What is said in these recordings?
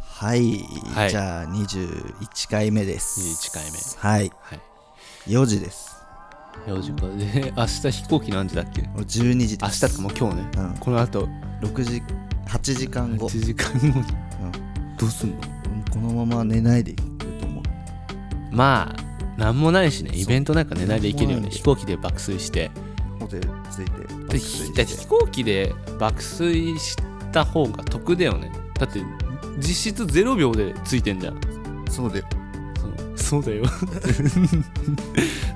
はい、はいじゃあ21回目です21回目はいはい4時です4時かで明日飛行機何時だっけもう12時明で日すとかもう今日ね、うんこのあと6時8時間後、 1時間後にどうすんのうん、このまま寝ないでいくと思うまあなんもないしねイベントなんか寝ないでいけるよなんもなねい飛行機で爆睡してホテル着いてで爆ひ睡だってして飛行機で爆睡した方が得だよねだって実質0秒でついてんじゃんそうでそのそ うだよ、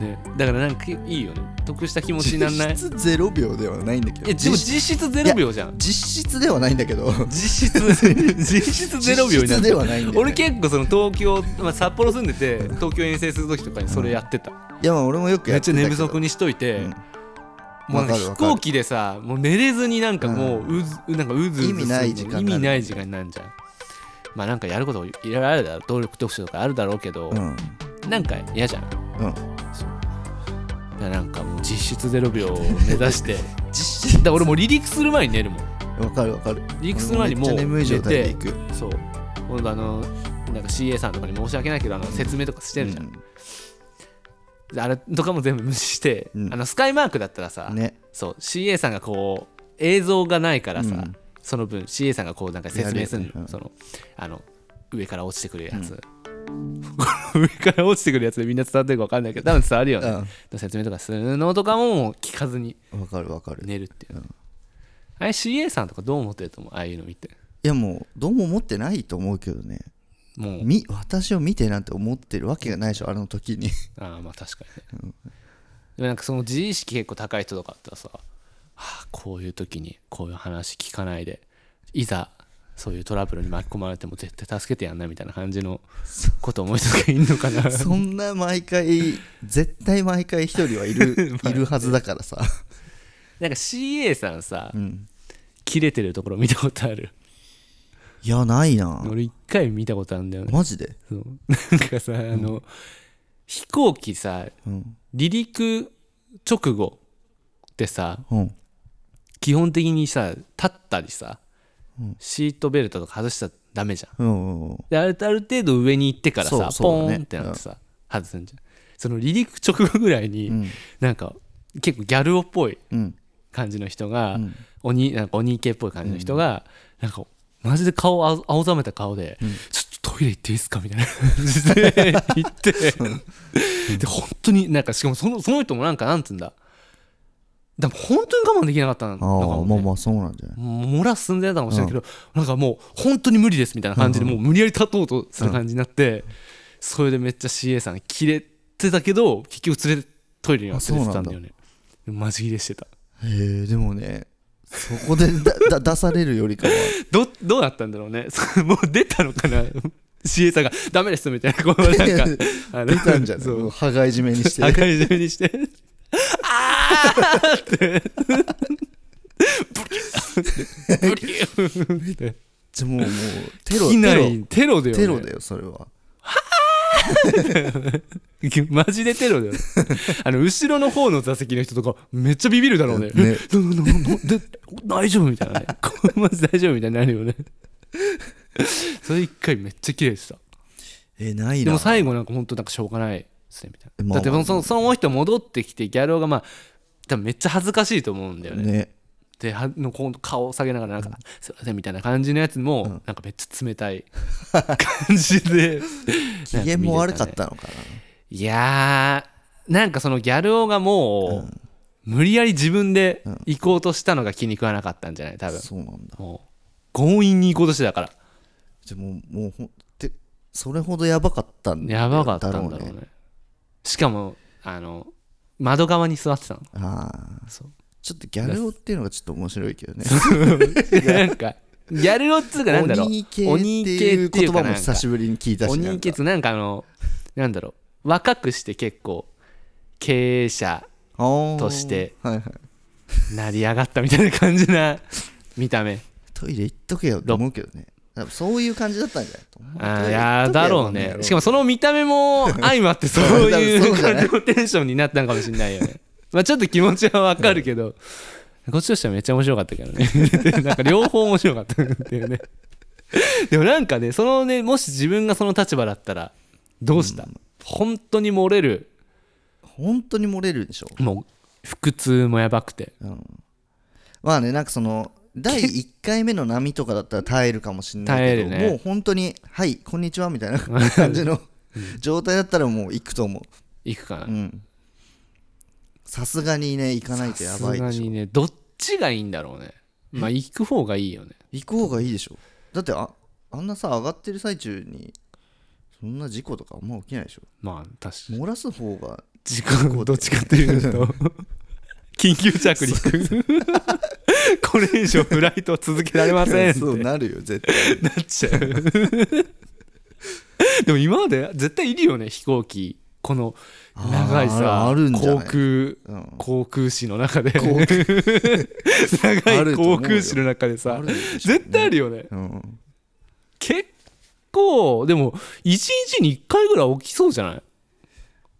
ね、だからなんかいいよね得した気持ちになんない実質0秒ではないんだけどえでも実質実質0秒じゃん実質ではないんだけど 実質実質0秒に実質なるではないんだよ、ね、 俺結構その東京、まあ、札幌住んでて東京遠征する時とかにそれやってた、いやまあ俺もよくめやっってちゃたけど寝不足にしといて、うんもうなんかわかる飛わかる行機でさもう寝れずになんかもううず、なんかうずうずするの意味ない時間意になる味ない時間になるじゃんまあなんかやることいろいろあるだろう動力特集とかあるだろうけど、うんなんか嫌じゃんだかうんらなんかもう実質0秒を目指して だか実質ら俺もう離陸する前に寝るもんわかるわかる離陸する前にもう俺めっちゃ眠い状寝態でて行くそう今度あのなんか CA さんとかに申し訳ないけどあの説明とかしてるじゃん、あれとかも全部無視して、うんあのスカイマークだったらさ、うんねそう CA さんがこう映像がないからさ、うんその分 CA さんがこうなんか説明するのやるよねうんそのあの上から落ちてくるやつ、 上から落ちてくるやつでみんな伝わってるか分かんないけど多分伝わるよね、説明とかするのとかももう聞かずにうんわかるわかる寝るっていう、あれ CA さんとかどう思ってると思うああいうの見ていやもうどうも思ってないと思うけどねもうみ私を見てなんて思ってるわけがないでしょあの時 にああまあ確かにね、でもなんかその自意識結構高い人とかあったらさ、はあ、こういう時にこういう話聞かないでいざそういうトラブルに巻き込まれても絶対助けてやんなみたいな感じのこと思いつがいいのかなそんな毎回絶対毎回一人 はいるいるはずだからさ、なんか CA さんさうん、切れてるところ見たことあるいやないな俺一回見たことあるんだよねマジで、そうなんかさあの、飛行機さうん離陸直後ってさうん、基本的にさ立ったりさ、シートベルトとか外したらダメじゃんうんうんうんであるある程度上に行ってからさそうそうだねポーンってなってさ、外すんじゃんその離陸直後ぐらいに、なんか結構ギャル男っぽいうん感じの人が、ん鬼なんか鬼系っぽい感じの人が、なんかマジで顔を青青ざめた顔で、ちょっとトイレ行っていいですかみたいな 感じで行って、で本当になんかしかもそのその人もなんかなんつうんだでも本当に我慢できなかったのかああ、もねまあまあそうなんじゃない漏らす寸前だったかもしれないけど、なんかもう本当に無理ですみたいな感じでもう無理やり立とうとする感じになって、それでめっちゃ CA さんキレてたけど結局連れてトイレには連れてたんだよねマジギレしてたへえでもねそこでだ だ出されるよりかはどどうなったんだろうね そもう出たのかな CA さんが「ダメです」みたい なこうなんか あの出たんじゃないそうもう羽交い締めに して赤い順にして「ああ!」 って「ブリューってブリューってじゃもうもうテロ機テロ内テロだよねテロだよそれは マジでテロだ よあの後ろの方の座席の人とかめっちゃビビるだろうねねえななななで大丈夫み たいなねこれマジ大丈夫みたいになるよねそれ一回めっちゃ綺麗でしたえないなでも最後なんか本当なんかしょうがないですねみたいな、まあまあだってそのその人戻ってきてギャル男がまあ多分めっちゃ恥ずかしいと思うんだよねねではのこう顔を下げながらなんか「すいません」みたいな感じのやつも、なんかめっちゃ冷たい感 じで機嫌も悪かったのかないやーなんかそのギャル男がもう、無理やり自分で行こうとしたのが気に食わなかったんじゃない多分そうなんだもう強引に行こうとしてたからじゃもうもうほんってそれほどやばかったんだやばかったんだろうねだろうしかもあの窓側に座ってたの ああそうちょっとギャル男っていうのがちょっと面白いけど ねなんかギャル男っつうかなんだろう鬼系っていう言葉も久しぶりに聞いたし鬼な系んっかていうかなんかあのなんだろう若くして結構経営者あーとしてはいはい成り上がったみたいな感じな見た目トイレ行っとけよと思うけどね多分そういう感じだったんじゃないと思うあーいやーだろうねしかもその見た目も相まってそう多い分そううじゃな感いじのテンションになったのかもしれないよね まあちょっと気持ちはわかるけ どこっちとしてはめっちゃ面白かったけどねなんか両方面白かったっていうねでもなんかねそのねもし自分がその立場だったらどうした、本当に漏れる本当に漏れるでしょ、もう腹痛もやばくてうん、まあねなんかその第1回目の波とかだったら耐えるかもしれないけど、耐えるねもう本当に「はいこんにちは」みたいな感じの状態だったらもう行くと思行くかなううんさすがにね行かないとやばいさですしがょにねどっちがいいんだろうねまあ行く方がいいよね行く方がいいでしょだってああんなさ上がってる最中にそんな事故とかあんま起きないでしょまあ確かに漏らす方が時間どっちかっていうと 緊急着陸これ以上フライトを続けられませんってそうなるよ絶対なっちゃう でも今まで絶対いるよね飛行機この長いあーさあるんじゃ航ない空うん航空士の中で航空あ 長いると思う航よ空士の中であさるでしょうね絶対あるよねうん結構でも一日に1回ぐらい起きそうじゃない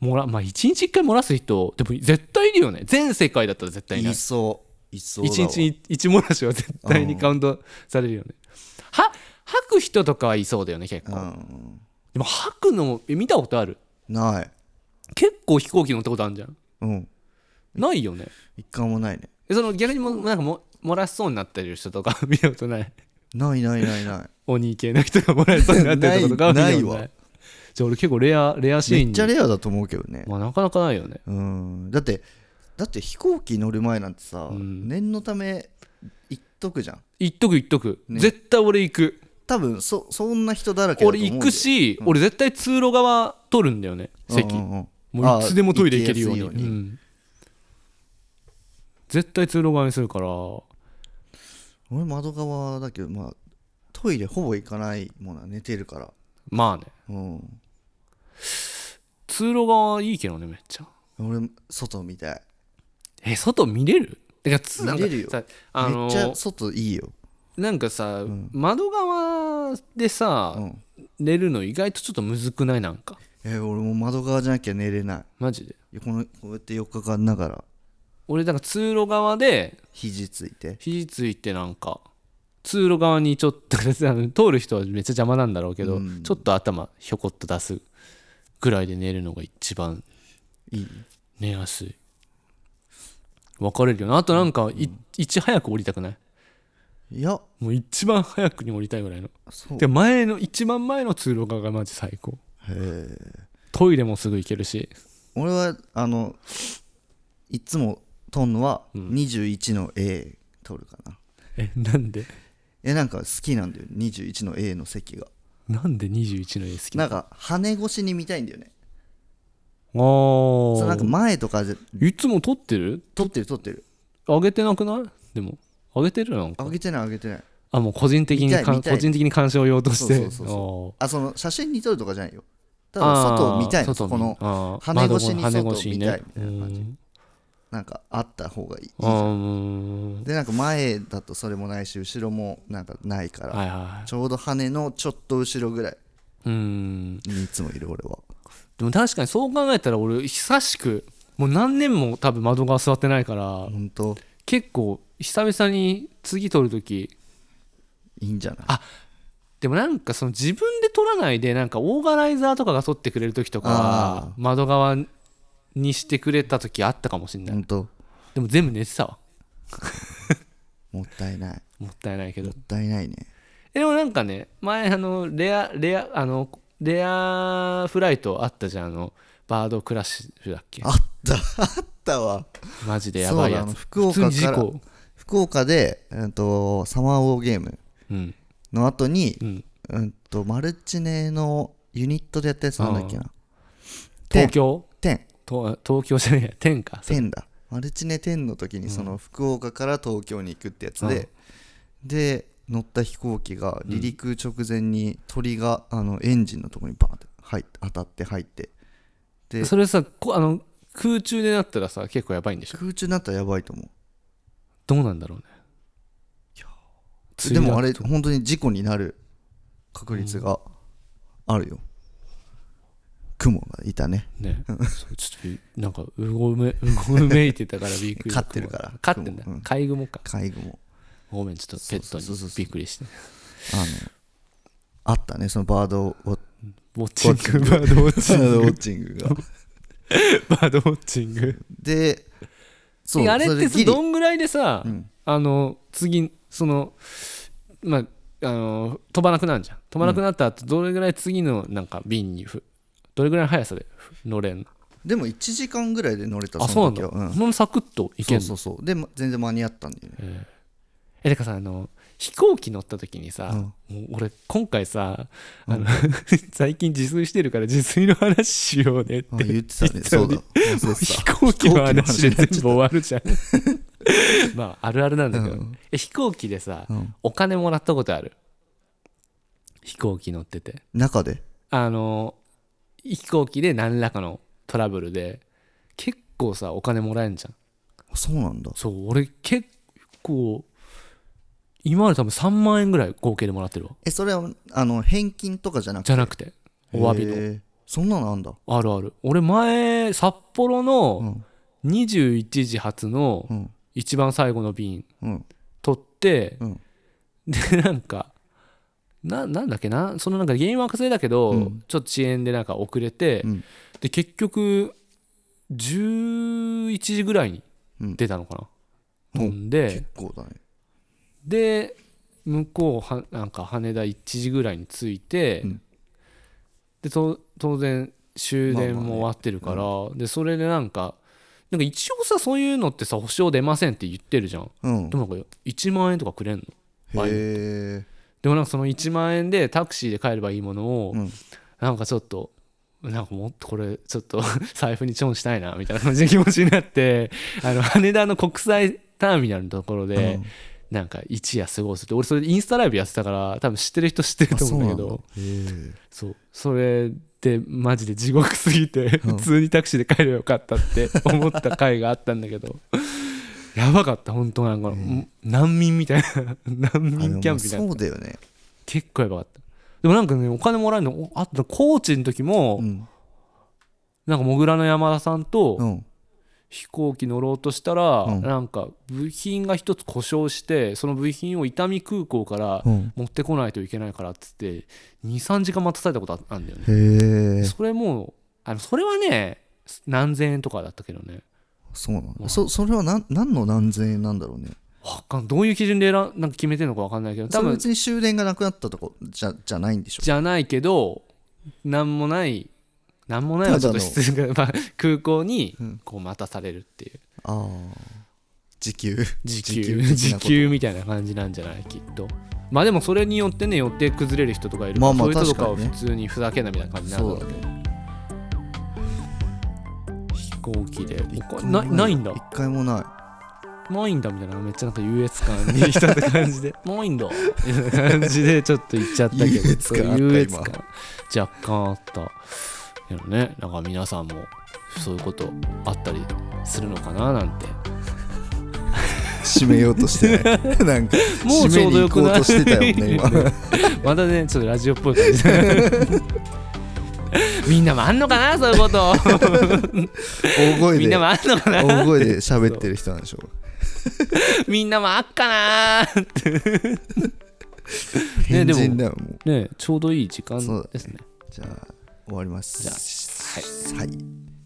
もらまあ一日1回漏らす人でも絶対いるよね全世界だったら絶対いないいそういそうだわ一日に一漏らしは絶対にカウントされるよねは吐く人とかはいそうだよね結う構んでも吐くのもえ見たことあるない結構飛行機乗ったことあるじゃんうんないよね一回もないねえその逆にもなんかも漏らしそうになってる人とか 見たことないないないない ない鬼系の人が漏らしそうになってるとことかは見たことなないないいわじゃあ俺結構レアレアシーンめにっちゃレアだと思うけどねまあ、なかなかないよねうんだってだって飛行機乗る前なんてさうん念のため行っとくじゃん言っとく言っとく、ね絶対俺行く多分そそんな人だらけだと俺思うんだよ行くし、俺絶対通路側取るんだよね席、うんうんうんもういつでもトイレ行けるようにあ行きやすいようにうん絶対通路側にするから俺窓側だけどまあトイレほぼ行かないもんな寝てるからまあねうん通路側いいけどねめっちゃ俺外みたいえ外見れるてかつなんか見れるよさあめのっちゃ外いいよなんかさ、窓側でさ、うん寝るの意外とちょっとむずくないなんかえー俺もう窓側じゃなきゃ寝れないマジでいやこのこうやって4日間ながら俺だから通路側で肘ついて肘ついてなんか通路側にちょっとあの通る人はめっちゃ邪魔なんだろうけど、うんちょっと頭ひょこっと出すぐらいで寝るのが一番いい寝やすい分かれるよなあとなんかい,、いち早く降りたくないいやもう一番早くに降りたいぐらいのそうで前の一番前の通路側がマジ最高へートイレもすぐ行けるし俺はあのいつも取るのはうん21の A 取るかな、えなんでえなんか好きなんだよ21の A の席がなんで21の A 好きななんか羽越しに見たいんだよねそうのあなんかあ前とかでいつも撮ってる取ってる取ってる上げてなくないでも上げてるなんか上げてない上げてないあもう個人的に見たいかん見たい個人的に鑑賞用としてそうそうそうあその写真に撮るとかじゃないよたあだー外を見たいの外見このあー羽越しに窓の外を見たいみたいな感じうんなんかあった方がいいあーうんでなんか前だとそれもないし後ろもなんかないから、はいはちょうど羽のちょっと後ろぐらいいうんにいつもいる俺はでも確かにそう考えたら俺久しくもう何年も多分窓側座ってないから本当結構久々に次撮る時いいんじゃないでもなんかその自分で撮らないでなんかオーガナイザーとかが撮ってくれる時とかはあ窓側にしてくれた時あったかもしれない、本当でも全部寝てたわもったいないもったいないけどもったいないねでもなんかね前あのレアレアあのレアフライトあったじゃんあのバードクラッシュだっけあったあったわマジでやばいやそうだあのつ福岡普通に事から故福岡で、うん、とサマーウォーゲームうんの後にう、んうん、とマルチネのユニットでやったやつなんだっけなテン東京テンと東京じゃねえや天かテンだマルチネテンの時にその福岡から東京に行くってやつで、で乗った飛行機が離陸直前に鳥が、あのエンジンのとこにバーンって入っ当たって入ってでそれさこあの空中でなったらさ結構やばいんでしょ空中になったらやばいと思うどうなんだろうねでもあれれ本当に事故になる確率があるよ、雲がいたねねそうちょっとびなんかうごめう ごめいてたからびっく り飼ってるから飼ってんだうん飼い雲か海雲ごめんちょっとペットそうそうそうにそうびっくりしてあのあったねそのバードウォッウォッチング、 バードウォッチチングンバードウォグッ、チングがバードウォッチング。でそうあれっそでてギリどんぐらいでさう、んあの、次、その、まあ、あの飛ばなくなるじゃん飛ばなくなった後どれぐらい次のなんか便にふどれぐらいの速さでふ乗れんのでも1時間ぐらいで乗れたあそうなんの時だはそのままサクッといけそんうのそうそうでま全然間に合ったんだよねえだからさあの飛行機乗った時にさ、もう俺今回さあの、 最近自炊してるから自炊の話しようねっあて言ってたね言ったそのうだに忘れ て飛た行機の話で飛行機の話になっ全部終わる じゃんまああるあるなんだけど、うんえ飛行機でさ、うんお金もらったことある飛行機乗ってて中であの飛行機で何らかのトラブルで結構さお金もらえんじゃんあそうなんだそう俺結構今まで多分3万円ぐらい合計でもらってるわえそれはあの返金とかじゃなくてじゃなくてお詫びのへーそんなのあんだあるある俺前札幌の21時発のうん一番最後の便うん取ってうんで なんかななんだっけなそのなんか原因は明かせだけど、うんちょっと遅延でなんか遅れて、うんで結局11時ぐらいに出たのかな、うん飛んで結構だねで向こうはなんか羽田1時ぐらいに着いて、うんでと当然終電まあまあねも終わってるから、でそれでなんかなんか一応さそういうのってさ保証出ませんって言ってるじゃんうんでもなんか1万円とかくれんの前へえでもなんかその1万円でタクシーで帰ればいいものを、うんなんかちょっとなんかもっとこれちょっと財布にチョンしたいなみたいな感じの気持ちに なってあの羽田の国際ターミナルのところで、うんなんか一夜過ごすって俺それでインスタライブやってたから多分知ってる人知ってると思うんだけどあそうなんだへえそうそれでマジで地獄すぎて、うん普通にタクシーで帰ればよかったって思った回があったんだ けどやばかった本当なんか、ん難民みたいな難民キャンプみたあでいもそなうだよね結構やばかったでもなんかねお金もらえるのおあと高知の時も、うんなんかもぐらの山田さんとうん飛行機乗ろうとしたら、うんなんか部品が一つ故障してその部品を伊丹空港からうん持ってこないといけないからっつって23時間待たされたことあったんだよねへえそれもあのそれはね何千円とかだったけどねそうなんだそそれは何何の何千円なんだろうねわかんどういう基準で選んなんか決めてるのか分かんないけど多それ分別に終電がなくなったとこじゃじゃないんでしょじゃないけどなんもないなんもないはちょっとただの失礼が、ま あ、空港にうんこう待たされるっていうあー時給時給的時なこと給みたいな感じなんじゃないきっとまあでもそれによってね予定崩れる人とかいるから、まあまあそういう人とか確はかに普ね通にふざけんなみたいな感じになるそんうだだろうね飛行機で一お回金なもないんだ一回もないないんだみたいなめっちゃなんか優越感に浸った感 じでないんだみたいな感じでちょっと言っちゃったけど優越感あったそう優越今感若干あったけどねなんか皆さんもそういうことあったりするのかななんて締めようとしてない なんかもう締ちめょうにど行よこくうないとしてたよね今 またねちょっとラジオっぽい感じ でみんなもあんのかなそう いうこと大声みんでなもあんのかな大声で喋ってる人なんでしょみんなもあっかなね変でも人だよもうねちょうどいい時間そうだねですねじゃあ終わりまじゃすはい、はい